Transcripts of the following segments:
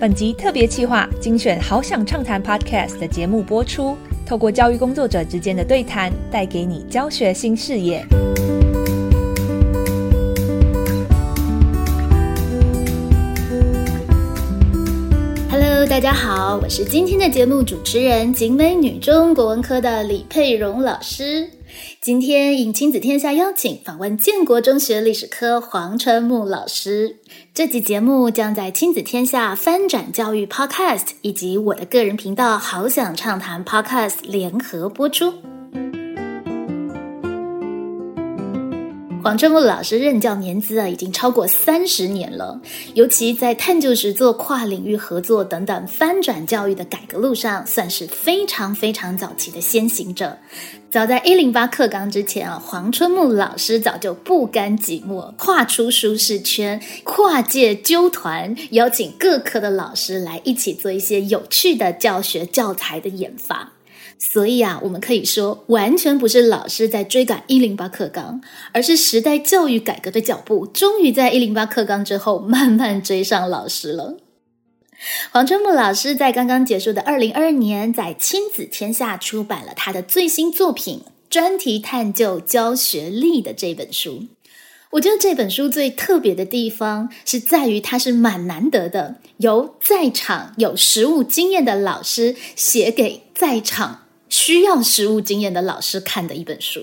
本集特别企划精选《好想畅谈 Podcast》的节目播出，透过教育工作者之间的对谈，带给你教学新视野。 Hello，大家好，我是今天的节目主持人景美女中国文科的李佩蓉老师。今天应亲子天下邀请访问建国中学历史科黄春木老师。这集节目将在亲子天下翻转教育 Podcast 以及我的个人频道“好想畅谈 Podcast” 联合播出。黄春木老师任教年资啊，已经超过三十年了。尤其在探究实作、跨领域合作等等翻转教育的改革路上，算是非常非常早期的先行者。早在一零八课纲之前啊，黄春木老师早就不甘寂寞，跨出舒适圈，跨界纠团，邀请各科的老师来一起做一些有趣的教学教材的研发。所以啊，我们可以说，完全不是老师在追赶一零八课纲，而是时代教育改革的脚步，终于在一零八课纲之后慢慢追上老师了。黄春木老师在刚刚结束的二零二二年，在亲子天下出版了他的最新作品《专题探究教学力》的这本书。我觉得这本书最特别的地方是在于，它是蛮难得的，由在场有实务经验的老师写给在场需要实务经验的老师看的一本书。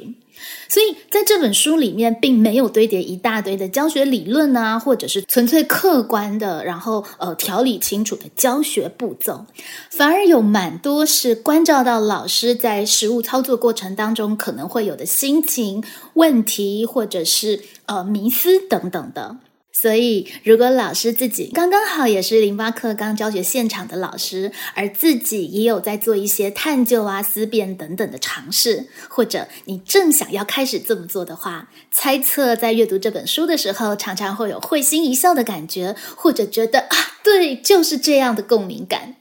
所以，在这本书里面，并没有堆叠一大堆的教学理论啊，或者是纯粹客观的，然后呃条理清楚的教学步骤，反而有蛮多是关照到老师在实务操作过程当中可能会有的心情、问题，或者是呃迷思等等的。所以，如果老师自己刚刚好也是零八课纲教学现场的老师，而自己也有在做一些探究啊、思辨等等的尝试，或者你正想要开始这么做的话，猜测在阅读这本书的时候，常常会有会心一笑的感觉，或者觉得啊，对，就是这样的共鸣感。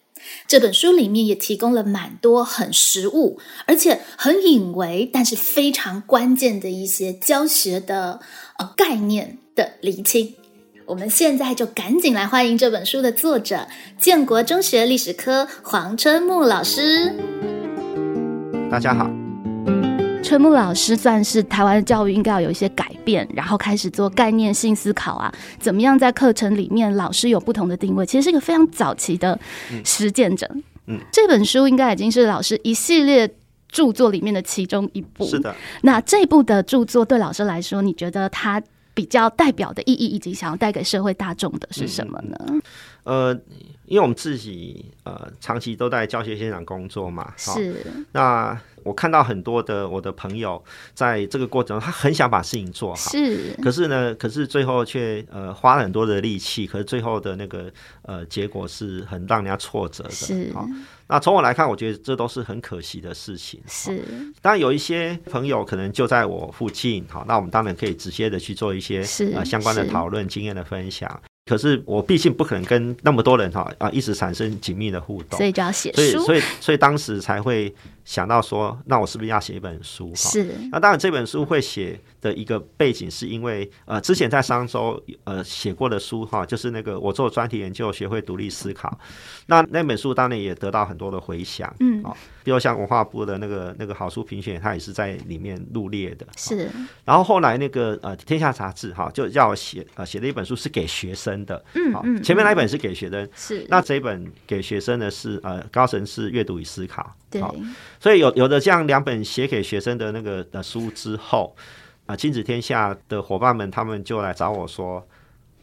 这本书里面也提供了蛮多很实务，而且很隐微，但是非常关键的一些教学的呃概念的厘清。我们现在就赶紧来欢迎这本书的作者——建国中学历史科黄春木老师。大家好，嗯春木老师算是台湾的教育应该要有一些改变，然后开始做概念性思考啊，怎么样在课程里面老师有不同的定位，其实是一个非常早期的实践者。嗯嗯这本书应该已经是老师一系列著作里面的其中一部。是，的，那这部的著作对老师来说，你觉得它比较代表的意义，以及想要带给社会大众的是什么呢？呃，因为我们自己呃长期都在教学现场工作嘛，好，是，那我看到很多的我的朋友在这个过程中，他很想把事情做好，是，可是呢，可是最后却呃花了很多的力气，可是最后的那个呃结果是很让人家挫折的，是好，那从我来看，我觉得这都是很可惜的事情，好是，当然有一些朋友可能就在我附近，好，那我们当然可以直接的去做一些是呃相关的是讨论、经验的分享。可是我毕竟不可能跟那么多人哈啊、一直产生紧密的互动所，以就要写所以书，所以所以当时才会想到说，那我是不是要写一本书？哈，是，那当然，这本书会写的一个背景，是因为呃，之前在商周呃写过的书哈，就是那个我做专题研究，学会独立思考。那那本书当然也得到很多的回响，嗯啊、比如像文化部的那个那个好书评选，它也是在里面入列的。是，然后后来那个呃《天下杂志》哈，就要我写呃写了一本书是给学生的，嗯好嗯前面那一本是给学生，是，那这一本给学生的是呃高层是阅读与思考，对好所以有有的这样两本写给学生的那个的书之后，啊、亲子天下的伙伴们他们就来找我说，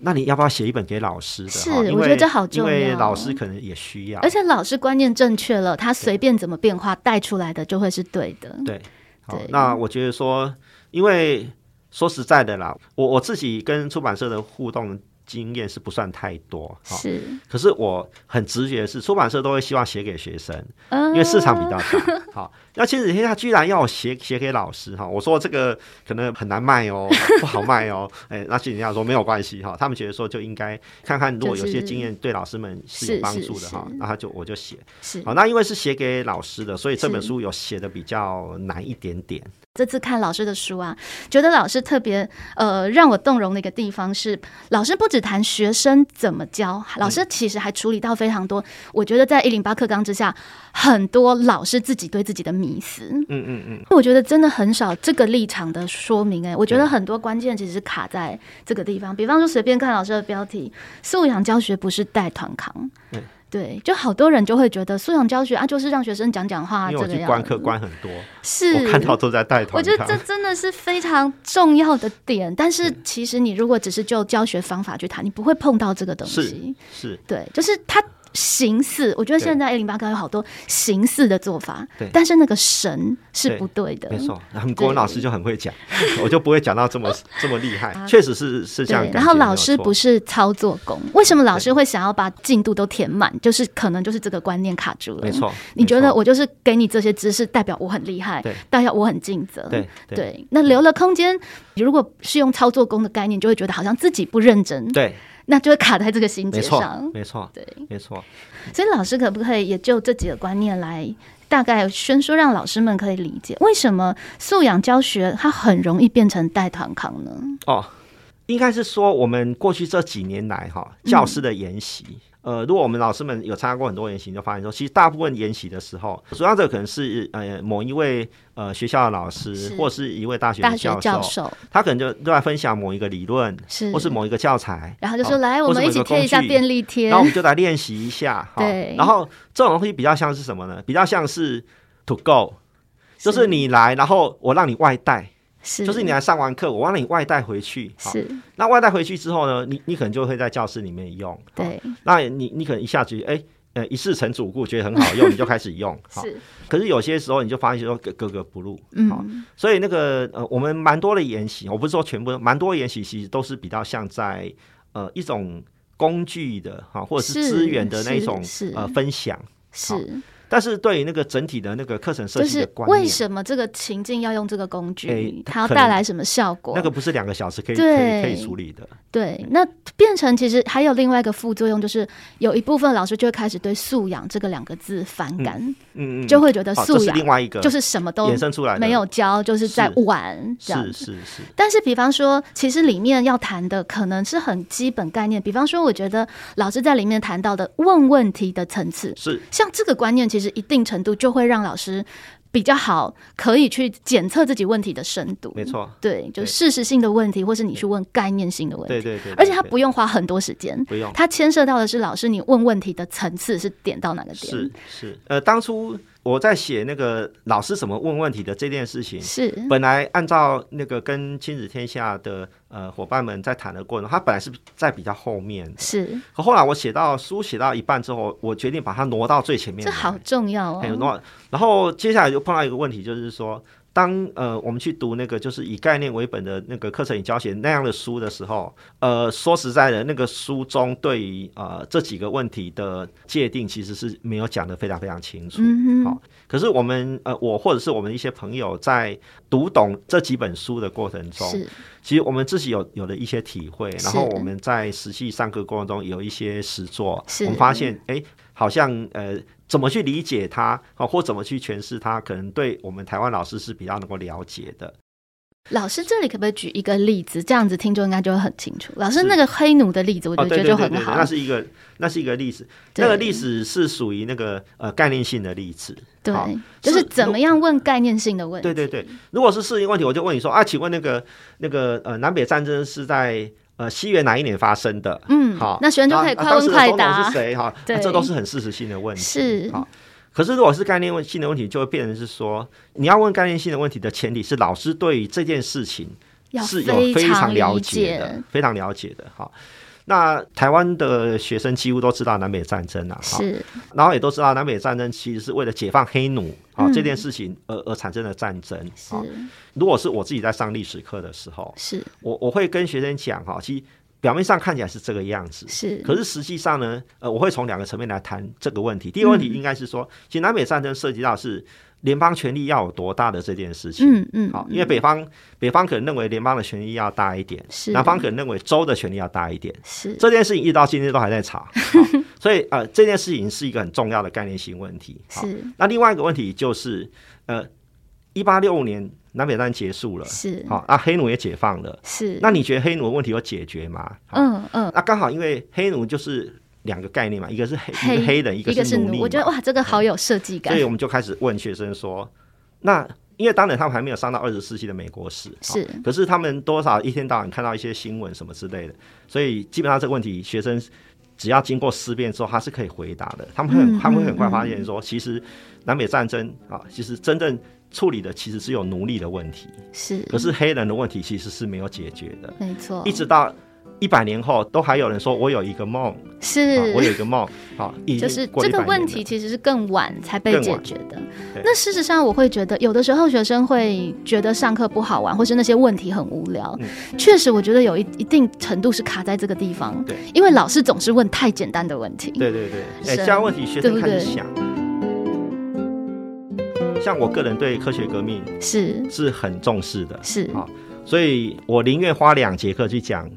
那你要不要写一本给老师的？是哈因我觉为得这好重因为要哦老师可能也需要而。且老师观念正确了，他随便怎么变化带出来的就会是对的。对，好嗯对，那我觉得说，因为说实在的啦，我我自己跟出版社的互动经验是不算太多，哈、是，可是我很直觉的是，出版社都会希望写给学生，因因为市场比较大。 好，那亲子天下居然要我写写给老师哈，我说这个可能很难卖哦， 不好卖哦。哎，那亲子天下说没有关系哈，他们觉得说就应该看看，如果有些经验对老师们是有帮助是的是哈是，那他就我就写。是好，那因为是写给老师的，所以这本是书有写的比较难一点点。这次看老师的书啊，觉得老师特别呃让我动容的一个地方是，老师不只谈学生怎么教，嗯老师其实还处理到非常多，我觉得在一零八课纲之下，很多老师自己对自己的迷思，嗯嗯嗯，我觉得真的很少这个立场的说明、哎，我觉得很多关键其实是卡在这个地方，比方说随便看老师的标题，素养教学不是带团扛嗯。对，就好多人就会觉得素养教学啊，就是让学生讲讲话，啊因为这我个去样观课子观很多，是我看到都在带团。我 觉得这真的是非常重要的点，但是其实你如果只是就教学方法去谈，你不会碰到这个东西。是对，就是它形似，我觉得对现在 A 零八课有好多形似的做法对，但是那个神是不对的。没错，然后国文老师就很会讲， 我就不会讲到这么这么厉害，确实是是这样哦啊对，感觉。然后老师不是是操作工，为什么老师会想要把进度都填满？就是可能就是这个观念卡住了。没错，你觉没得错我就是给你这些知识，代表我很厉害对，代表我很尽责。对对嗯对，那留了空间，你如果是用操作工的概念，就会觉得好像自己不认真，对，那就会卡在这个心结没错上。没错对，没错，所以老师可不可以也就这几个观念来大概宣说，让老师们可以理解为什么素养教学它很容易变成带团康呢？哦，应该是说我们过去这几年来哈，嗯教师的研习。呃，如果我们老师们有参加过很多研习，你就发现说，其实大部分研习的时候，主要这可能是呃某一位呃学校的老师，是或是一位大学大的学教授，教授他可能就都在分享某一个理论，是，或是某一个教材，然后就说、哦来，我或是们某一起个贴一下工具便利贴然，后我们就来练习一下。哈对然后这种东西比较像是什么呢？比较像是 to go，就是你来，然后我让你外带， 是就是你来上完课，我让你外带回去。哈嗯是那外带回去之后呢，你你可能就会在教室里面用。哈，对那你你可能一下子哎。呃，一试成主顾，觉得很好用，你就开始用。哈是可是有些时候你就发现说格格格不入，好嗯所以那个呃，我们蛮多的研习，我不是说全部，蛮多研习其实都是比较像在呃一种工具的哈、或者是是资源的那是种是呃分享。是。但是对于那个整体的那个课程设就计的是观念，为什么这个情境要用这个工具，诶它要可能带来什么效果？那个不嗯是两个小时可以可以可以对处理的？对，那变成其实还有另外一个副作用，就是有一部分老师就会开始对“素养”这个两个字反感，嗯嗯，就会觉得好素这是养另外一个，就是什么都衍生出来的没有教，就是在是玩这样是子。是是，但是，比方说，其实里面要谈的可能是很基本概念，比方说，我觉得老师在里面谈到的问问题的层次，是像这个观念，其实一定程度就会让老师比较好，可以去检测自己问题的深度。没，错，对，就对事实性的问题，或是你去问概念性的问题。对对对，而且对它对不用花很多时间，不用它牵涉到的是老师你问问题的层次是点到哪个点？是是呃，当初我在写那个老师怎么问问题的这件事情，是本来按照那个跟亲子天下的呃伙伴们在谈的过程，它本来是在比较后面，是，可后来我写到书写到一半之后，我决定把它挪到最前面这来。好重要哎，哦。挪。然后接下来就碰到一个问题，就是说，当呃我们去读那个就是以概念为本的那个课程与教学那样的书的时候，呃，说实在的，那个书中对于呃这几个问题的界定其实是没有讲得非常非常清楚。嗯哼好，可是我们呃，我或者是我们一些朋友在读懂这几本书的过程中，是其实我们自己有有了一些体会，是然后我们在实际上课过程中有一些实作，是我们发现哎，好像呃怎么去理解它，哦，或怎么去诠释它，可能对我们台湾老师是比较能够了解的。老师这里可不可以举一个例子？这样子听众应该就会很清楚。老师是那个黑奴的例子，我哦，就觉对得对就对很对，对好。那是一个那是一个例子，对那个例子是属于那个呃概念性的例子。对好，就是是怎么样问概念性的问题。对对对，如果是适应问题，我就问你说啊，请问那个那个呃南北战争是在呃西元哪一年发生的？嗯好，那学生就可以那快问快答啊当时的总统是谁？哈，对那这都是很事实性的问题。是好。可是，如果是概念问性的问题，就会变成是说，你要问概念性的问题的前提是老师对于这件事情要是有非常了理解的，非常了解的。好，那台湾的学生几乎都知道南北战争啊，哈是然后也都知道南北战争其实是为了解放黑奴啊、嗯这件事情而而产生的战争啊。是如果是我自己在上历史课的时候，是我我会跟学生讲哈，其实表面上看起来是这个样子，是，可是实际上呢，呃，我会从两个层面来谈这个问题。第一个问题嗯应该是说，其实南北战争涉及到是联邦权力要有多大的这件事情。嗯嗯，好，嗯因为北方北方可能认为联邦的权力要大一点，是南方可能认为州的权力要大一点。是这件事情一直到今天都还在 吵，好所以呃，这件事情是一个很重要的概念性问题。好是那另外一个问题就是，呃，一八六五年南北战结束了，是好、啊，黑奴也解放了。是，那你觉得黑奴的问题有解决吗？好嗯嗯，那刚好因为黑奴就是两个概念嘛，一个是黑黑一个黑人，一一个是是奴奴，隶嘛。我觉得哇，这个好有设计感所以，我们就开始问学生说，那因为当然他们还没有上到二十世纪的美国史，是哦可是他们多少一天到晚看到一些新闻什么之类的，所以基本上这个问题学生。只要经过思辨之后，他是可以回答的。他们会很，嗯他们会很快发现说，其实南北战争啊，其实真正处理的其实是有奴隶的问题，是，可是黑人的问题其实是没有解决的。没错，一直到一百年后，都还有人说我有一个梦，是啊，我有一个梦，啊，已经就是过这了个100问年题了其实是更晚才被更解晚决的对。那事实上，我会觉得有的时候学生会觉得上课不好玩，或是那些问题很无聊。确实，我觉得有一一定程度是卡在这个地方，嗯对因为老师总是问太简单的问题。对对对，哎、神这样问题学对生不开始对想。像我个人对科学革命是是很重视的，是好所以我宁愿花两节课去讲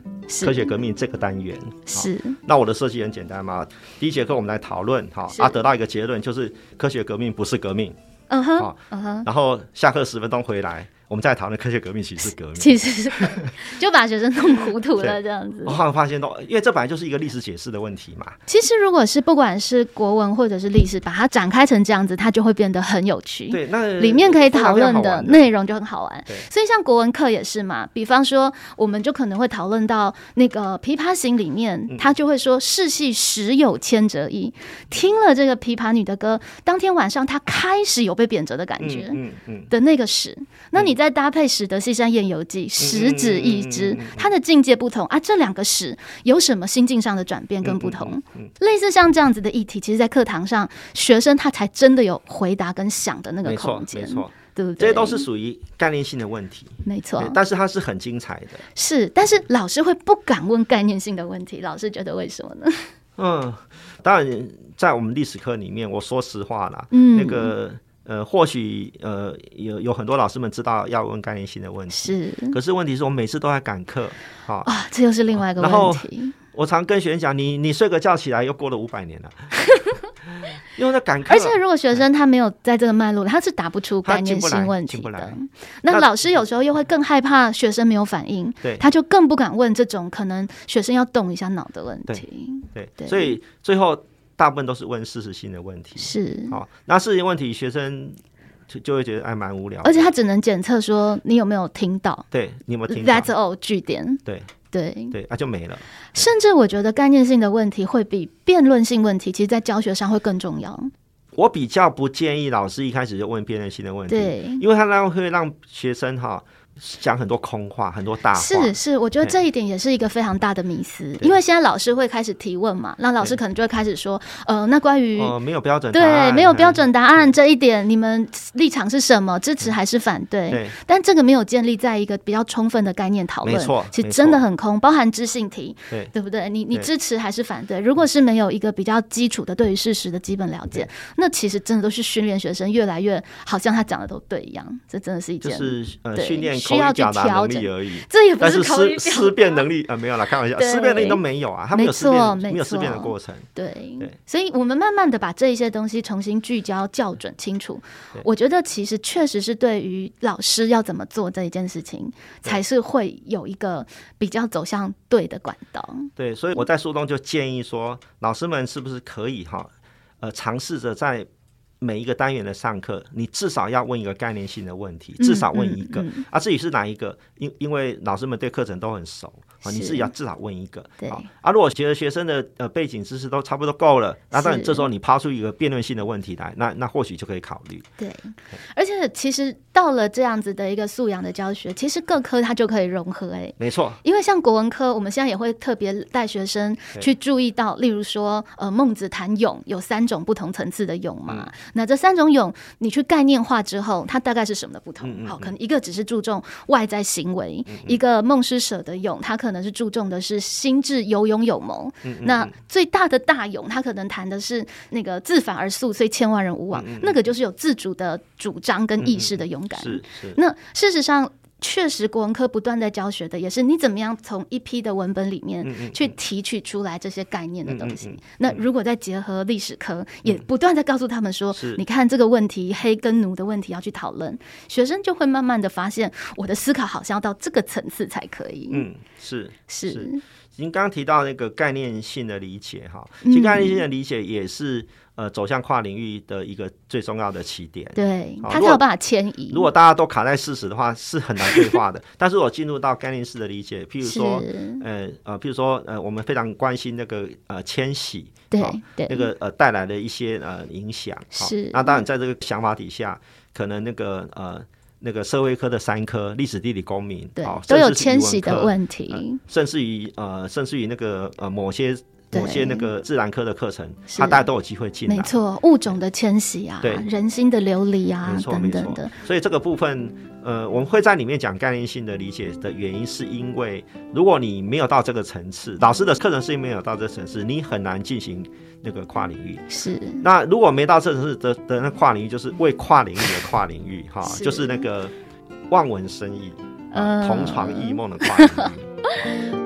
科是学革命这个单元。好是那我的设计很简单嘛，第一节课我们来讨论，哈是啊，得到一个结论就是科学革命不是革命，嗯哼好嗯哼，然后下课十分钟回来，我们再讨论科学革命其实是革命。其实是就把学生弄糊涂了对哦这样子我。好像发现到，因为这本来就是一个历史解释的问题嘛，其实如果是不管是国文或者是历史，把它展开成这样子，它就会变得很有趣。对，那嗯里面可以非讨常非常论好的玩内容就很好玩对。所以像国文课也是嘛，比方说我们就可能会讨论到那个《琵琶行》里嗯面，他就会说“世系时有千折衣”，听了这个琵琶女的歌，当天晚上她开始有被贬谪的感觉。嗯嗯嗯，的那个史，那你再搭配史德西山宴游记，食指一嗯之嗯嗯嗯，它的境界不同啊，这两个史有什么心境上的转变跟不嗯同？类似像这样子的议题，其实，在课堂上，学生他才真的有回答跟想的那个没错空间没，错，对不对？这些都是属于概念性的问题。没错对，，但是它是很精彩的。是，但是老师会不敢问概念性的问题，老师觉得为什么呢？嗯，当然，在我们历史课里面，我说实话啦，嗯那个呃，或许呃，有有很多老师们知道要问概念性的问题，是可是问题是我每次都在赶课啊。啊，这又是另外一个然后问题，我常跟学生讲，你你睡个觉起来又过了五百 年了，因为在赶课，而且如果学生他没有在这个脉络，他是答不出他概念进不来性问题进不的来。那那老师有时候又会更害怕学生没有反应，对他就更不敢问这种可能学生要动一下脑的问题。对，对所以最后大部分都是问事实性的问题。是，好、那事情问题，学生就就会觉得哎蛮无聊的，而且他只能检测说你有没有听到对你有没有听到？ ，That's all 句点。对对，对啊，就没了。甚至我觉得概念性的问题会比辩论性问题，其实在教学上会更重嗯要。我比较不建议老师一开始就问辩论性的问题，对，因为他那样会让学生哈讲很多空话，很多啊大话。是是，我觉得对这一点也是一个非常大的迷思，对因为现在老师会开始提问嘛，那老师对可能就会开始说，呃，那关于呃，没有标准答对案，没有标嗯。准答案这一点，你们立场是什么？支持还是反对？哎对，但这个没有建立在一个比较充分的概念讨论，没错其实没真的错很空，包含知性题， 对对不对？你你对支持还是反对？如果是没有一个比较基础的对于事实的基本了解对，那其实真的都是训练学生越来越好像他讲的都对一样，这真的是一就件。是呃对训练需口要语去表达调能整力而已。这也不但是口语思表思达辨能力啊、呃没有啦，开玩笑，对思辨能力都没有啊，他们有没思辨，错没没有思辨的错过程。对，对所以我们慢慢的把这一些东西重新聚焦、校准清楚。我觉得其实确实是对于老师要怎么做这一件事情，对才是会有一个比较走向对的管道。对，所以我在书中就建议说，老师们是不是可以哈，呃，尝试着在每一个单元的上课，你至少要问一个概念性的问题，至少问一个、嗯嗯啊，至于是哪一个，因因为老师们对课程都很熟啊，你是自己要至少问一个。对啊啊，如果觉得学生的呃背景知识都差不多够了，那当然是这时候你抛出一个辩论性的问题来，那那或许就可以考虑。对，而且其实到了这样子的一个素养的教学，其实各科它就可以融合、欸。没错，因为像国文科，我们现在也会特别带学生去注意到，例如说，呃，孟子谈咏有三种不同层次的咏嘛。那这三种咏，你去概念化之后，它大概是什么的不同？好，可能一个只是注重外在行为，一个孟施舍的咏，它可能是注重的是心智有勇有谋。那最大的大咏，它可能谈的是那个自反而速遂，千万人吾往，那个就是有自主的主张跟意识的勇敢。是是。那事实上，确实国文科不断在教学的，也是你怎么样从一批的文本里面嗯去提取出来嗯这些概念的东西。那如果再结合历史科，也不断在告诉他们说，嗯是你看这个问题，黑跟奴的问题要去讨论，学生就会慢慢的发现，我的思考好像要到这个层次才可以。嗯，是是您刚刚提到那个概念性的理解哈，其嗯实概念性的理解也是呃走向跨领域的一个最重要的起点。对，好如他才果有办法迁移。如果大家都卡在事实的话，是很难对话的。 但是我进入到概念式的理解，譬如是，说，呃呃，譬如说，呃，我们非常关心那个呃迁徙，对好对，那个呃带来的一些呃影响。好是嗯那当然，在这个想法底下，可能那个呃那个社会科的三科，历史、地理、公民，对好，都有甚至是语迁文徙的科呃问题，甚至于呃，甚至于那个呃某些某些对那个自然科的课程，是它大家都有机会进来。没错，物种的迁徙啊对，人心的流离啊没，错，等没等错的，。所以这个部分，呃，我们会在里面讲概念性的理解的原因，是因为如果你没有到这个层次，老师的课程是没有到这个层次，你很难进行那个跨领域。是那如果没到这个层次的的那跨领域，就是为跨领域而跨领域哈，是就是那个望文生义，呃、嗯同床异梦的跨领域。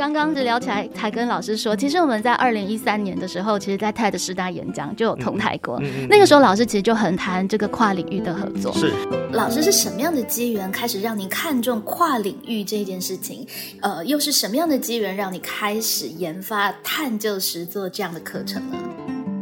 刚刚聊起来，才跟老师说，其实我们在二零一三年的时候，其实，在 TED 师大演讲就有同台过。嗯嗯 那个时候，老师其实就很谈这个跨领域的合作。嗯是老师是什么样的机缘开始让您看重跨领域这件事情？呃，又是什么样的机缘让你开始研发探究实作这样的课程呢？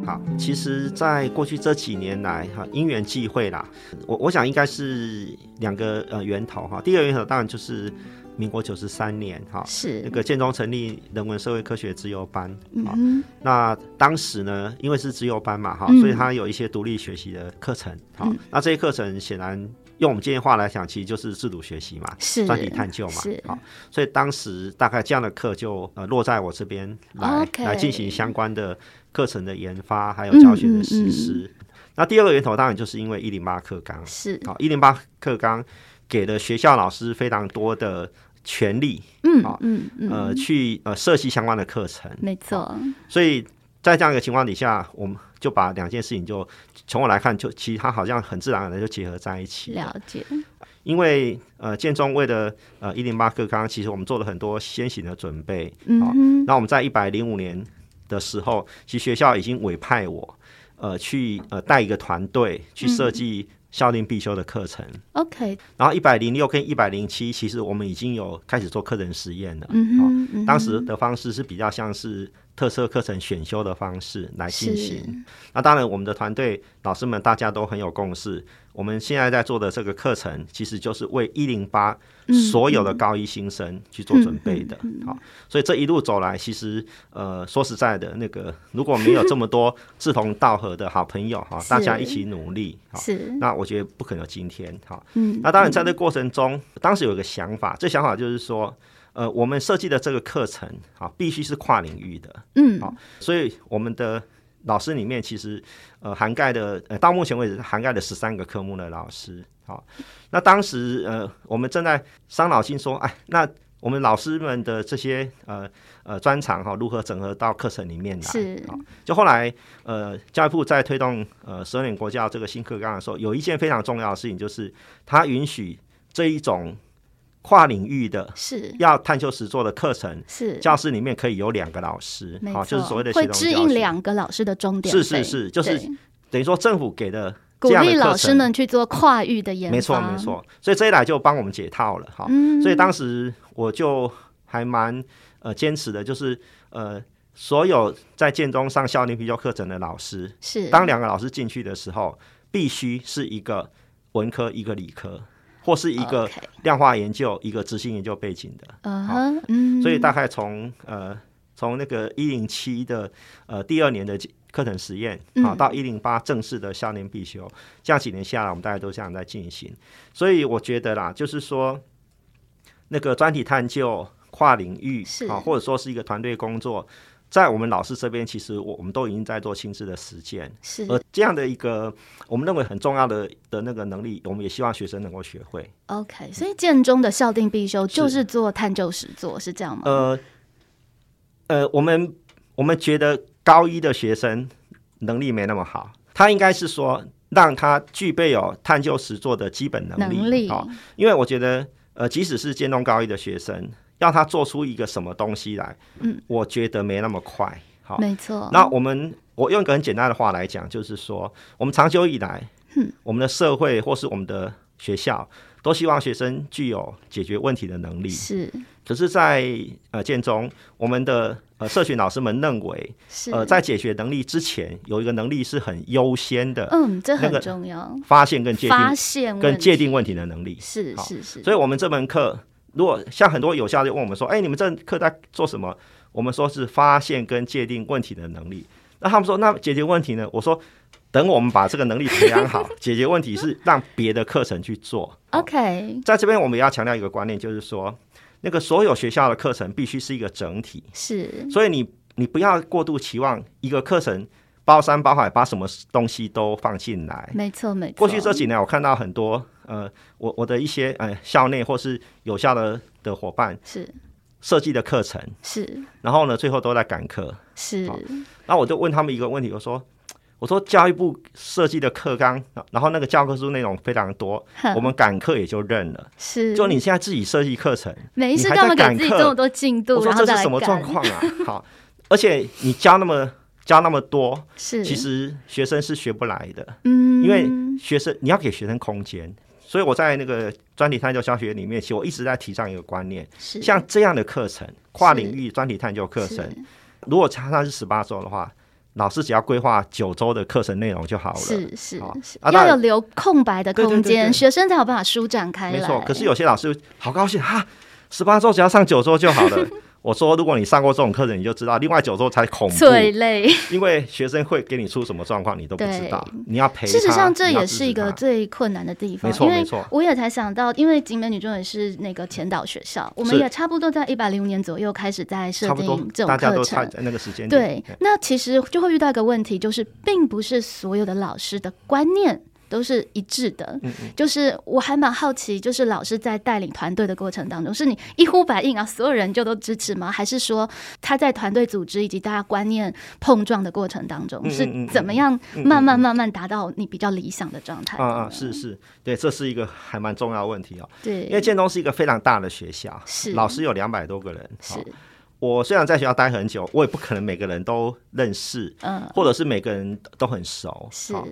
好，其实，在过去这几年来，哈，因缘际会啦，我我想应该是两个呃源头哈。第一个源头当然就是民国九十三年哈，那是，个建中成立人文社会科学自由班嗯啊、哼，那当时呢，因为是自由班嘛哈，嗯所以它有一些独立学习的课程哈、那这些课程显然用我们今天话来讲，其实就是自主学习嘛，是专题探究嘛是，好、所以当时大概这样的课就呃落在我这边来 OK 嗯来进行相关的课程的研发，还有教学的实施。那第二个源头当然就是因为一零八课纲，是，好，一零八课纲给了学校老师非常多的权利，嗯好嗯嗯，呃，哦去呃设计相关的课程，没错，所以在这样一个情况底下，我们就把两件事情就从我来看，就其实它好像很自然而然就结合在一起了了解，因为呃，建中为了呃一零八课纲，其实我们做了很多先行的准备。嗯好哼，那我们在一百零五年的时候，其实学校已经委派我呃去呃带一个团队去设嗯计校定必修的课程。 ，OK，然后一百零六跟一百零七，其实我们已经有开始做课程实验了。嗯好哼，嗯哦当哼时的方式是比较像是特色课程选修的方式来进是行。那当然，我们的团队老师们大家都很有共识，我们现在在做的这个课程，其实就是为一零八嗯所有的高一新生去做准备的。好、所以这一路走来，其实呃，说实在的，那个如果没有这么多 志同道合的好朋友哈，是大家一起努力哈。是，那我觉得不可能有今天哈。嗯，那当然，在这过程中，当时有一个想法，这想法就是说，呃，我们设计的这个课程啊，必须是跨领域的，嗯，好所以我们的老师里面其实呃涵盖的，呃，到目前为止涵盖了十三个科目的老师。好，那当时呃，我们正在伤脑筋说，哎，那我们老师们的这些呃呃专长哈、如何整合到课程里面来？是好就后来，呃，教育部在推动呃十二年国教这个新课纲的时候，有一件非常重要的事情，就是它允许这一种跨领域的是要探究实作的课程，是，教室里面可以有两个老师，没好、错，就是所谓的协会同支教应学两个老师的终点是费是是，就是对等于说政府给的鼓这样的励课老师程们去做跨域的研发，没错没，错，所以这一来就帮我们解套了哈。嗯所以当时我就还蛮呃坚持的，就是呃所有在建中上校内必修课程的老师，是当两个老师进去的时候，必须是一个文科一个理科，或是一个 OK 量化研究一个执行研究背景的。嗯哼，嗯，所以大概从呃从那个一零七的呃第二年的课程实验嗯啊，到一零八正式的校年必修，这样几年下来，我们大概都这样在进行。所以我觉得啦，就是说那个专题探究、跨领域是啊，或者说是一个团队工作。在我们老师这边，其实我我们都已经在做亲自的实践，是而这样的一个我们认为很重要的的那个能力，我们也希望学生能够学会。 OK，所以建中的校定必修就是是做探究实作，是这样吗？呃，呃，我们我们觉得高一的学生能力没那么好，他应该是说让他具备有探究实作的基本能力。能力哦，因为我觉得，呃，即使是建中高一的学生，要他做出一个什么东西来，嗯，我觉得没那么快。好、没错。那我们我用一个很简单的话来讲，就是说，我们长久以来，嗯，我们的社会或是我们的学校，都希望学生具有解决问题的能力。是可是在，呃建中，我们的呃社群老师们认为，是呃，在解决能力之前，有一个能力是很优先的，嗯，这那很个重要，发现跟界定发现跟问界题定问题的能力。是好是是，所以，我们这门课，如果像很多有校就问我们说：“哎，你们这课在做什么？”我们说是发现跟界定问题的能力。那他们说：“那解决问题呢？”我说：“等我们把这个能力培养 好，解决问题是让别的课程去做。好 OK 在这边，我们也要强调一个观念，就是说，那个所有学校的课程必须是一个整体，是所以你你不要过度期望一个课程包山包海，把什么东西都放进来。没错没错。过去这几年，我看到很多呃，我我的一些呃校内或是有校的的伙伴是设计的课程，是然后呢，最后都在赶课。是好那我就问他们一个问题，我说。我说教育部设计的课纲，然后那个教科书内容非常多，哼我们赶课也就认了。是就你现在自己设计课程，没事你还干嘛在给赶自己课这么多进我度，说然后这再是来什么状赶？况啊？好，而且你教那么教那么多，是其实学生是学不来的。嗯，因为学生你要给学生空间。所以我在那个专题探究教学里面，其实我一直在提倡一个观念，是像这样的课程，跨领域专题探究课程，是如果它它是十八周的话，老师只要规划九周的课程内容就好了。是是好是，啊当要有然留空白的对对对空对间，学生才有办法舒展开没来。错，可是有些老师好高兴哈，十八周只要上九周就 好了。我说，如果你上过这种课程，你就知道另外九周才恐怖，最累。因为学生会给你出什么状况你都不知道，你要陪他。事实上，这你要也支是持一个他最困难的地方没，错因为没错我也才想到，因为景美女中也是那个前导学校，我们是也差不多在一百零五年左右开始在设差不多定这，种大家课都差程。在那个时间点。对，那其实就会遇到一个问题，就是并不是所有的老师的观念。都是一致的，嗯就是我还蛮好奇，就是老师在带领团队的过程当中，是你一呼百应啊，所有人就都支持吗？还是说他在团队组织以及大家观念碰撞的过程当中，嗯嗯是嗯嗯怎么样慢慢慢慢达到你比较理想的状态？啊啊，是是，对，这是一个还蛮重要的问题哦。因为对，建中是一个非常大的学校，是老师有两百多个人。是哦，我虽然在学校待很久，我也不可能每个人都认识，嗯，或者是每个人都很熟。是哦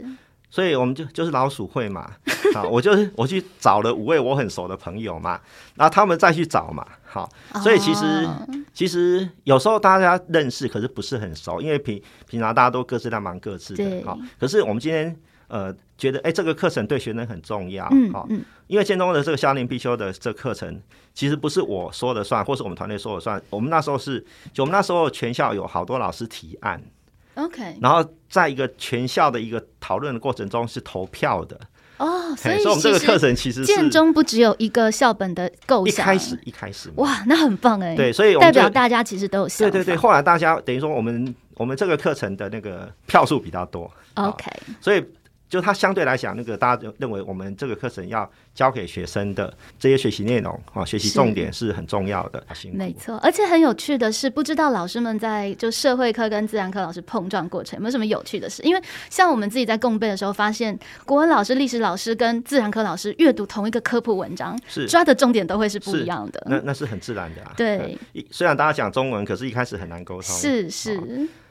所以我们就就是老鼠会嘛， 啊，我就是我去找了五位我很熟的朋友嘛，然后他们再去找嘛，好，所以其实、哦其实有时候大家认识，可是不是很熟，因为平平常大家都各自在忙各自对的，好，可是我们今天呃觉得，哎、这个课程对学生很重要，嗯好、嗯，因为建中的这个校令必修的这课程，其实不是我说了算，或是我们团队说了算，我们那时候是，就我们那时候全校有好多老师提案， OK，然后在一个全校的一个讨论的过程中是投票的。哦，所嘿以所以我们这个其课实程其实是建中不只有一个校本的构一想，开始一开始嘛，哇，那很棒哎，对，所以我代们这表个大家其实都有想对法。对对，后来大家等于说我们我们这个课程的那个票数比较多，啊，OK，所以就它相对来讲，那个大家就认为我们这个课程要教给学生的这些学习内容啊，学习重点是很重要的，辛苦没错。而且很有趣的是，不知道老师们在就社会科跟自然科老师碰撞过程有没有什么有趣的事？因为像我们自己在共备的时候，发现国文老师、历史老师跟自然科老师阅读同一个科普文章，是抓的重点都会是不是一样那的。那是很自然的啊。对，嗯，虽然大家讲中文，可是一开始很难沟通。是是，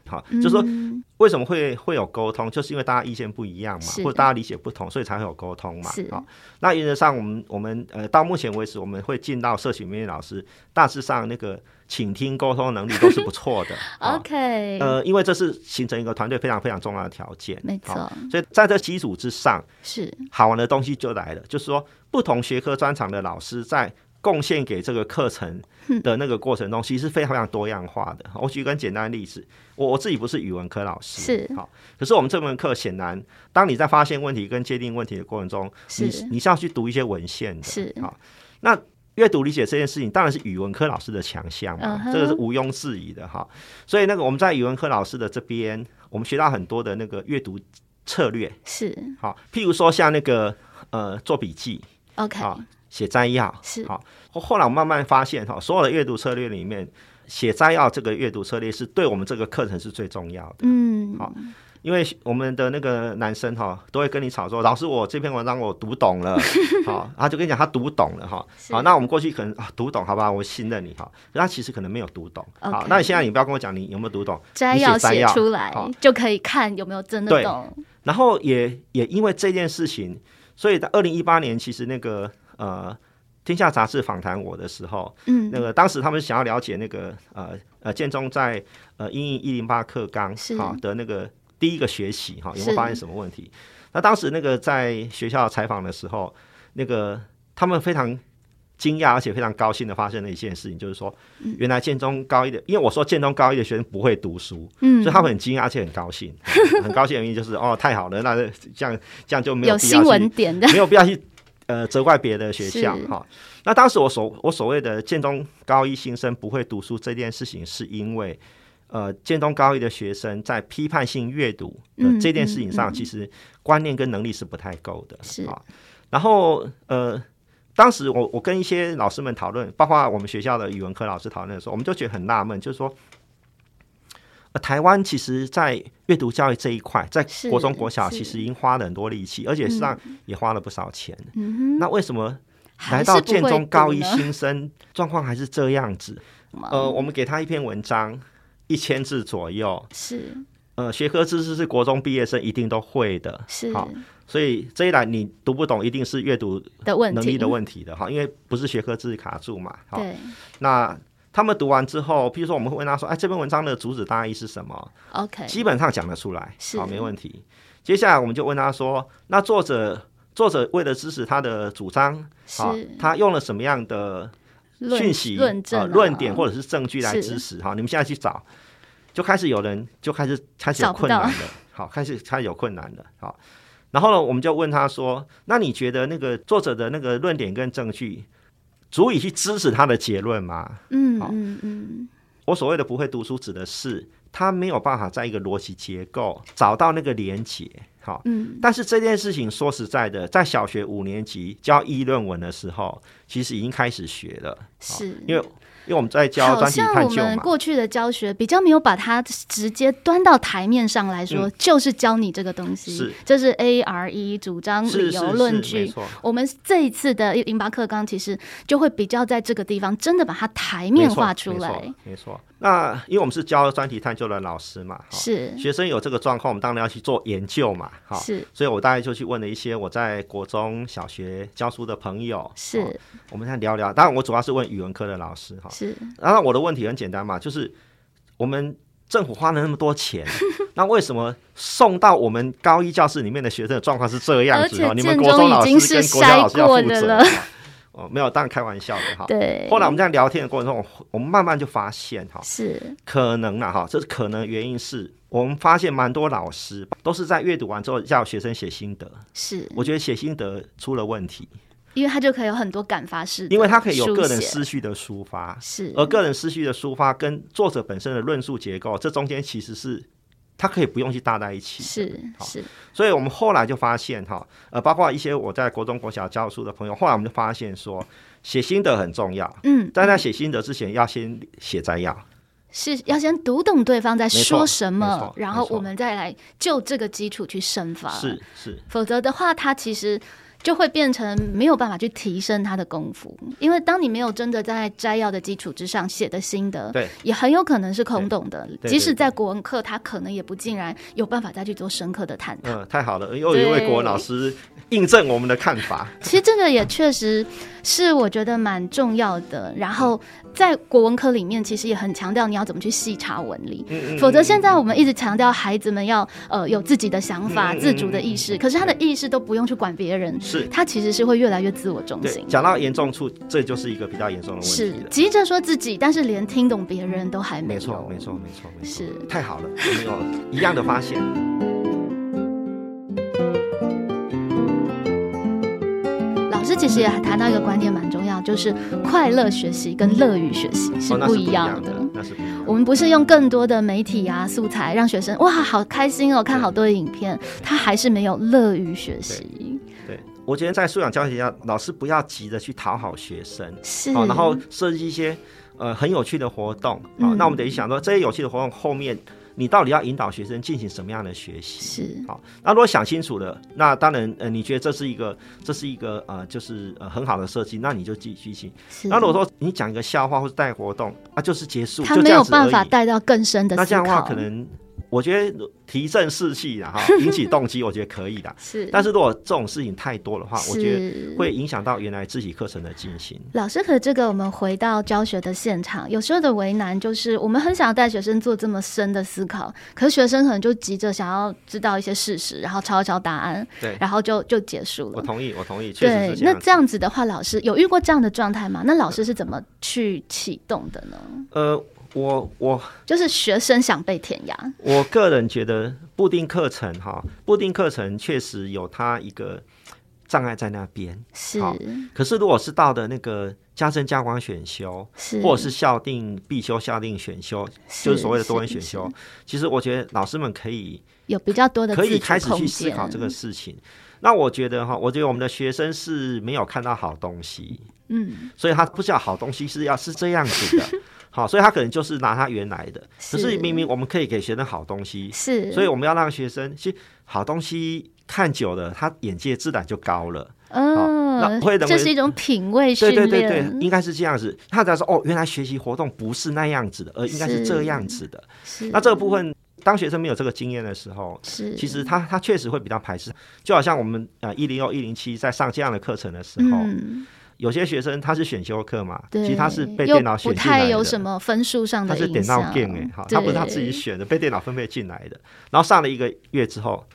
好，就是说嗯为什么会会有沟通，就是因为大家意见不一样嘛是，或者大家理解不同，所以才会有沟通嘛是。好、那原则上我们我们呃到目前为止，我们会进到社群面老师，大致上那个倾听沟通能力都是不错 的。好 OK，呃，因为这是形成一个团队非常非常重要的条件。没好错，所以在这基础之上，是好玩的东西就来了，就是说不同学科专长的老师在贡献给这个课程嗯的那个过程中，其实是非常非常多样化的。我举一个很简单的例子，我我自己不是语文科老师，是好，可是我们这门课显然，当你在发现问题跟界定问题的过程中，你是你是要去读一些文献的，是好，那。阅读理解这件事情当然是语文科老师的强项嘛嗯哼这个是毋庸置疑的哈。所以那个我们在语文科老师的这边，我们学到很多的那个阅读策略，是好，譬如说像那个呃做笔记 OK，啊，写摘要哎是好。后后来我慢慢发现哈，所有的阅读策略里面，写摘要这个阅读策略是对我们这个课程是最重要的。嗯，好因为我们的那个男生哈、都会跟你吵说，老师我这篇文章我读懂 了，好、他就跟你讲他读懂了哈，是好、那我们过去可能啊读懂好吧，我信任你哈，可他其实可能没有读懂，好、 OK 那你现在你不要跟我讲你有没有读懂，摘你要摘写要出来好就可以看有没有真的对懂。然后也也因为这件事情，所以在二零一八年，其实那个呃《天下杂志》访谈我的时候，嗯那，个当时他们想要了解那个呃呃建中在呃英译一零八课纲是好的那个第一个学期哈、有没是有发现什么问题？那当时那个在学校采访的时候，那个他们非常。惊讶而且非常高兴的发生了一件事情，就是说，嗯原来建中高一的，因为我说建中高一的学生不会读书，嗯所以他们很惊讶，而且很高兴，很高兴的原因就是哦，太好了，那这样这样就没有必要新闻去点的，没有必要去呃责怪别的学校是哈、那当时我所我所谓的建中高一新生不会读书这件事情，是因为呃建中高一的学生在批判性阅读的嗯这件事情上，嗯嗯其实观念跟能力是不太够的，是啊。然后呃。当时我我跟一些老师们讨论，包括我们学校的语文科老师讨论的时候，我们就觉得很纳闷，就是说，呃，台湾其实在阅读教育这一块，在是国中、国小是其实已经花了很多力气，而且实际上也花了不少钱。嗯那为什么还来是到不建会中读高一呢新生状况还是这样子？哼呃，我们给他一篇文章，一千字左右，是呃，学科知识是国中毕业生一定都会的，是好所以这一栏你读不懂，一定是阅读的问题，能力的问题的哈，因为不是学科知识卡住嘛，哈。嗯对那他们读完之后，譬如说我们会问他说，哎，这篇文章的主旨大意是什么？ ，OK，基本上讲得出来，是好，没问题。接下来我们就问他说，那作者作者为了支持他的主张，好是，他用了什么样的论讯息、论证啊呃论点或者是证据来是支持？哈，你们现在去找，就开始有人就开始开始有找不困到难了，好，开始开始有困难了，好。然后呢，我们就问他说：“那你觉得那个作者的那个论点跟证据，足以去支持他的结论吗？”嗯好嗯嗯，我所谓的不会读书，指的是他没有办法在一个逻辑结构找到那个连结。好，嗯，但是这件事情说实在的，在小学五年级教议论文的时候，其实已经开始学了，是因为因为我们在教好专题像探我究们嘛。过去的教学比较没有把它直接端到台面上来说，就是教你这个东西，嗯是这是 A R E 主张、是理是由、论是，没据。错，我们这一次的零八课纲其实就会比较在这个地方真的把它台面化出没错来，，没错。那因为我们是教专题探究的老师嘛，哈，是学生有这个状况，我们当然要去做研究嘛，哈。是所以我大概就去问了一些我在国中小学教书的朋友，哈是我们先聊聊。当然，我主要是问语文科的老师哈。是然后我的问题很简单嘛，就是我们政府花了那么多 钱，那为什么送到我们高一教室里面的学生的状况是这样子而哦？且你们建国中中老师已经是跟国小老师要筛负过的责了嘛。哦，没有，当然开玩笑的哈。 对，后来我们这样聊天的过程中，我我们慢慢就发现哈，是可能啦哈，这是可能原因是我们发现蛮多老师都是在阅读完之后叫学生写心得，是，我觉得写心得出了问题，因为它就可以有很多感发式的书写，因为他可以有个人呃思绪的抒发，是而个人思绪的抒发跟作者本身的论述结构，这中间其实是它可以不用去搭在一起。，是好是所以我们后来就发现哈，呃，包括一些我在国中、国小教书的朋友，后来我们就发现说，写心得很重要。嗯，但在写心得之前，要先写摘要。是要先读懂对方在错说什没么错，然没后错我们再来就这个基础去深发。是，是，否则的话，它其实就会变成没有办法去提升他的功夫，因为当你没有真的在摘要的基础之上写的心得，对，也很有可能是空洞的。对即使对在国文课，他可能也不竟然有办法再去做深刻的探讨。嗯、太好了，又有一位国文老师印证我们的看法。其实这个也确实是我觉得蛮重要的。然后嗯在国文科里面，其实也很强调你要怎么去细查文理，嗯嗯否则现在我们一直强调孩子们要呃有自己的想嗯法、自主的意识，可是他的意识都不用去管别人，是他其实是会越来越自我中对心，。讲到严重处，这就是一个比较严重的问嗯是题了。急着说自己，但是连听懂别人都还没没有。错，没错，没错，没错，是太好了，我们有一样的发现。老师其实也谈到一个观念蛮重要，就是快乐学习跟乐于学习是哦那不一一样的。的，那是不一样的我们不是用更多的媒体嗯啊素材让学生哇好开心哦，看好多的影片，他还是没有乐于学习，对，我觉得在素养教学上，老师不要急着去讨好学生，哦是，好、然后设计一些呃很有趣的活动，好、嗯那我们得去想说这些有趣的活动后面你到底要引导学生进行什么样的学习？是好，那如果想清楚了，那当然，呃，你觉得这是一个，这是一个，呃，就是呃很好的设计，那你就继续行。是。那如果说你讲一个笑话或是带活动，啊，就是结束，他就没这样有子办而法已带到更深的思考，那这样的话，可能我觉得提振士气然哈，引起动机，我觉得可以的。 是，但是如果这种事情太多的话，我觉得是会影响到原来自己课程的进行。老师，可这个我们回到教学的现场，有时候的为难就是，我们很想带学生做这么深的思考，可是学生可能就急着想要知道一些事实，然后抄一抄答案，对，然后就就结束我了。同意，我同意，确实对是，这那样子。这样子的话，老师有遇过这样的状态吗？那老师是怎么去启动的呢？呃，我我就是学生想被填鸭，我个人觉得固定课程哈，固定课程确实有它一个障碍在那边。是好可是如果是到的那个加深加广选修，是，或者是校定必修、校定选修，就是所谓的多元选修是，其实我觉得老师们可以有比较多的可自以主开始去空思考间这个，事情。那我觉得哈，我觉得我们的学生是没有看到好东西，嗯，所以他不知道好东西是要是这样子 的，好，所以他可能就是拿他原来的。可是是明明我们可以给学生好东西，是，所以我们要让学生，其实好东西看久了，他眼界自然就高了。嗯那，会认这为是一种品味训对对练，对对，应该是这样子。他才说哦，原来学习活动不是那样子的，而应该是是这样子的。是那这个部分，当学生没有这个经验的时候，是其实他他确实会比较排斥。就好像我们呃一零六一零七在上这样的课程的时候，嗯，有些学生他是选修课嘛，对，其实他是被又电脑不选进来太的。有什么分数上他的是影点到响， game 哎，哈，他不是他自己选的，被电脑分配进来的。然后上了一个月之后，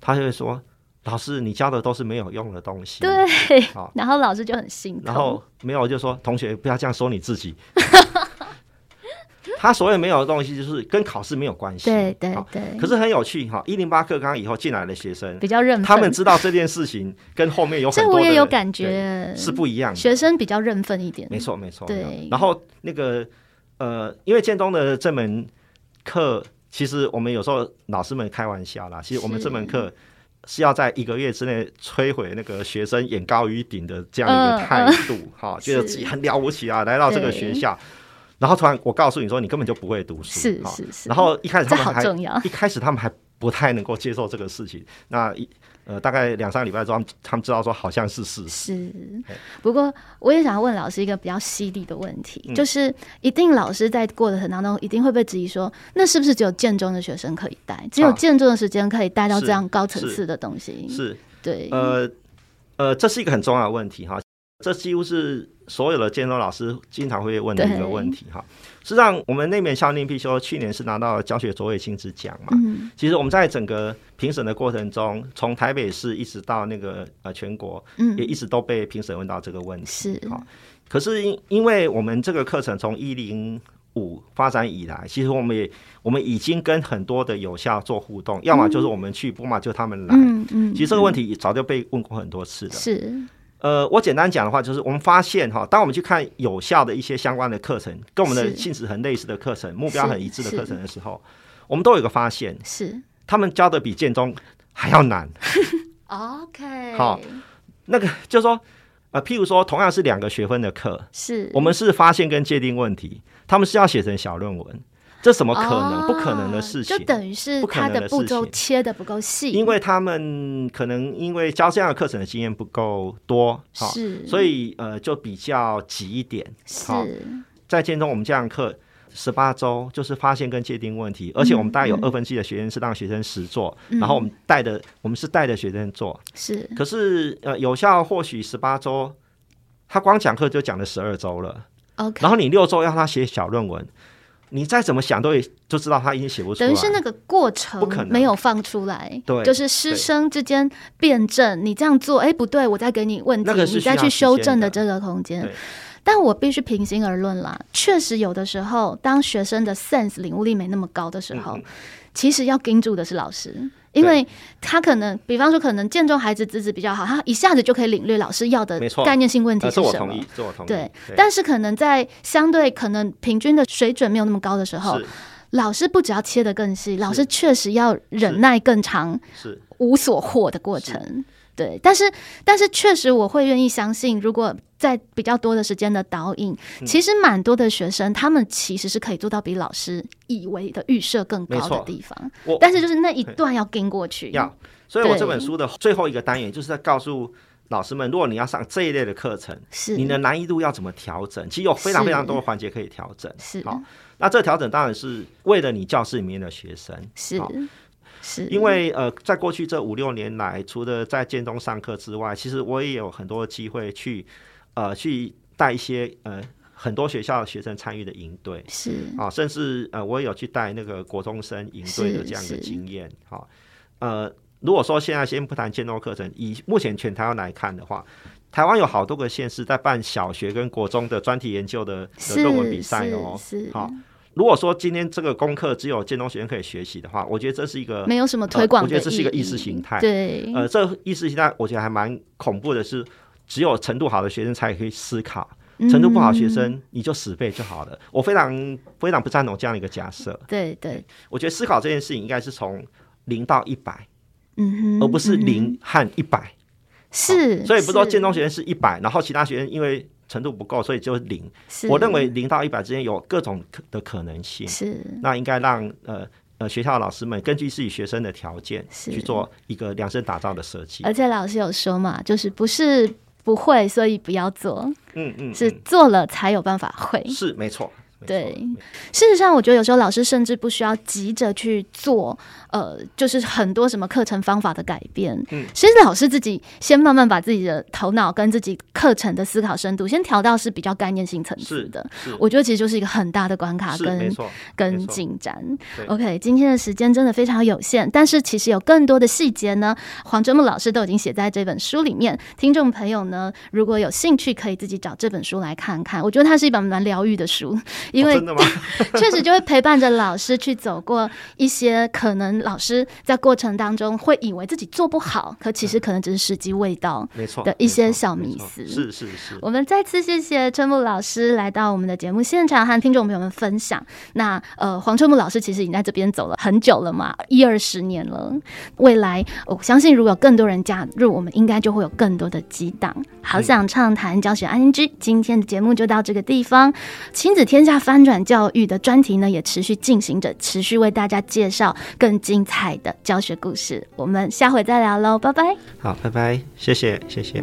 他就会说：“老师，你教的都是没有用的东西。”对， 好 然后老师就很心然痛后，没有就说：“同学，不要这样说你自 己。”他所谓没有的东西，就是跟考试没有关系。对对好对，可是很有趣哈，一零八课纲以后进来的学生，比较认他们份，知道这件事情跟后面有很 这多我的也有感对觉，是不一样的。学生比较认份一点，没，错，没错。嗯对没有然后那个呃，因为建中的这门课，其实我们有时候老师们开玩笑啦，其实我们是这门课是要在一个月之内摧毁那个学生眼高于顶的这样嗯一个态度，哈、 觉得是自己很了不起啊，来到这个对学校，然后突然我告诉你说，你根本就不会读书，是哈是是，然后一开始他这们好还重要，一开始他们还不太能够接受这个事情，那一呃大概两三个礼拜之后，他们他们知道说好像是事实，是对，不过我也想要问老师一个比较犀利的问题，嗯就是一定老师在过的程当中，一定会被质疑说，那是不是只有建中的学生可以带，只有啊建中的时间可以带到这是样高层是次的东西？是对，呃呃，这是一个很重要的问题哈，这几乎是所有的建中老师经常会问的一对个问题哈。实际上，我们那边校定必修去年是拿到教学卓越金质奖嘛。嗯，其实我们在整个评审的过程中，从台北市一直到那个呃全国，嗯也一直都被评审问到这个问题。是好可是因因为我们这个课程从一零五发展以来，其实我们也我们已经跟很多的有校做互动，要么就是我们去，不嘛就他们来。嗯嗯，其实这个问题早就被问过很多次了。是呃，我简单讲的话，就是我们发现哈，当我们去看有效的一些相关的课程，跟我们的是性质很类似的课程、目标很一致的是课程的时候，我们都有一个发现，是他们教的比建中还要难。 ，OK，好，那个就是说，呃，譬如说，同样是两个学分的课，是我们是发现跟界定问题，他们是要写成小论文，这怎么可能？不可能的事情。哦就等于是不可它能的步事骤情切的不够细，因为他们可能因为教这样的课程的经验不够多，好，是，所以呃就比较急一点。是好在建中我们这样课十八周，就是发现跟界定问题，而且我们大概有嗯二分之一的学生是让学生实做，嗯然后我们带的我们是带着学生做，是可是呃有效或许十八周。他光讲课就讲了十二周了， OK，然后你六周要他写小论文，你再怎么想都也就知道他已经写不出来。等于是那个过程不可能没有放出来，对就是师生之间辩证，你这样做，哎，不对，我再给你问题，那个是你再需要去时修间正的的这个空间对。但我必须平心而论啦，确实有的时候，当学生的 sense 领悟力没那么高的时候，嗯嗯其实要盯住的是老师。因对为他可能，比方说，可能建中孩子资质比较好，他一下子就可以领略老师要的没错概念性问题呃是这我什同么意。，这我同意。对，但是可能在相对可能平均的水准没有那么高的时候是，老师不只要切得更细，老师确实要忍耐更长是无所获的过程。对，但是但是确实我会愿意相信，如果在比较多的时间的导引，嗯其实蛮多的学生，他们其实是可以做到比老师以为的预设更高的地方我，但是就是那一段要跟过去。要，所以我对这本书的最后一个单元就是在告诉老师们，如果你要上这一类的课程，是你的难易度要怎么调整？其实有非常嗯是非常多的环节可以调整。是嗯好，那这个调整当然是为了你教室里面的学生，是好是，因为呃，在过去这五六年来，除了在建中上课之外，其实我也有很多机会去呃去带一些呃很多学校的学生参与的营队。是啊，甚至呃，我也有去带那个国中生营队的是这样的是经验。好、呃，如果说现在先不谈建中课程，以目前全台湾来看的话，台湾有好多个县市在办小学跟国中的专题研究的的是论文比赛哦。是是好、如果说今天这个功课只有建中学生可以学习的话，我觉得这是一个没有什么推广呃的我觉得这是一个意意识形态对，呃，这个意识形态我觉得还蛮恐怖的是，只有程度好的学生才可以思考。嗯程度不好，学生你就死背就好了。我非常非常不赞同这样的一个假设。对对，我觉得思考这件事情应该是从零到一百、嗯哼，而不是嗯哼，零和一百、是，所以不是说是建中学生是一百，然后其他学生因为程度不够，所以就是零。是我认为零到一百之间有各种可的可能性，是那应该让呃呃学校的老师们根据自己学生的条件是呃去做一个量身打造的设计。而且老师有说嘛，就是不是不会，所以不要做，嗯嗯，是嗯做了才有办法会。是没错。没错对，事实上，我觉得有时候老师甚至不需要急着去做，呃，就是很多什么课程方法的改变。嗯其实老师自己先慢慢把自己的头脑跟自己课程的思考深度先调到是比较概念性层次是的。是我觉得其实就是一个很大的关卡是没跟错，没跟错进展。对 OK，今天的时间真的非常有限，但是其实有更多的细节呢，黄真木老师都已经写在这本书里面。听众朋友呢，如果有兴趣，可以自己找这本书来看看。我觉得它是一本蛮疗愈 的书，因哦为真 的吗？确实就会陪伴着老师去走过一些可能老师在过程当中会以为自己做不好，可其实可能只是时机未到。没错的一没些错小没迷错思是是是，我们再次谢谢春木老师来到我们的节目现场，和听众朋友们分享。那呃，黄春木老师其实已经在这边走了很久了嘛，一二十年了。未来我相信，如果有更多人加入，我们应该就会有更多的激荡。好想畅谈教学安居，今天的节目就到这个地方。亲子天下翻转教育的专题呢，也持续进行着，持续为大家介绍更精彩的教学故事。我们下回再聊喽，拜拜。好，拜拜，谢谢谢谢。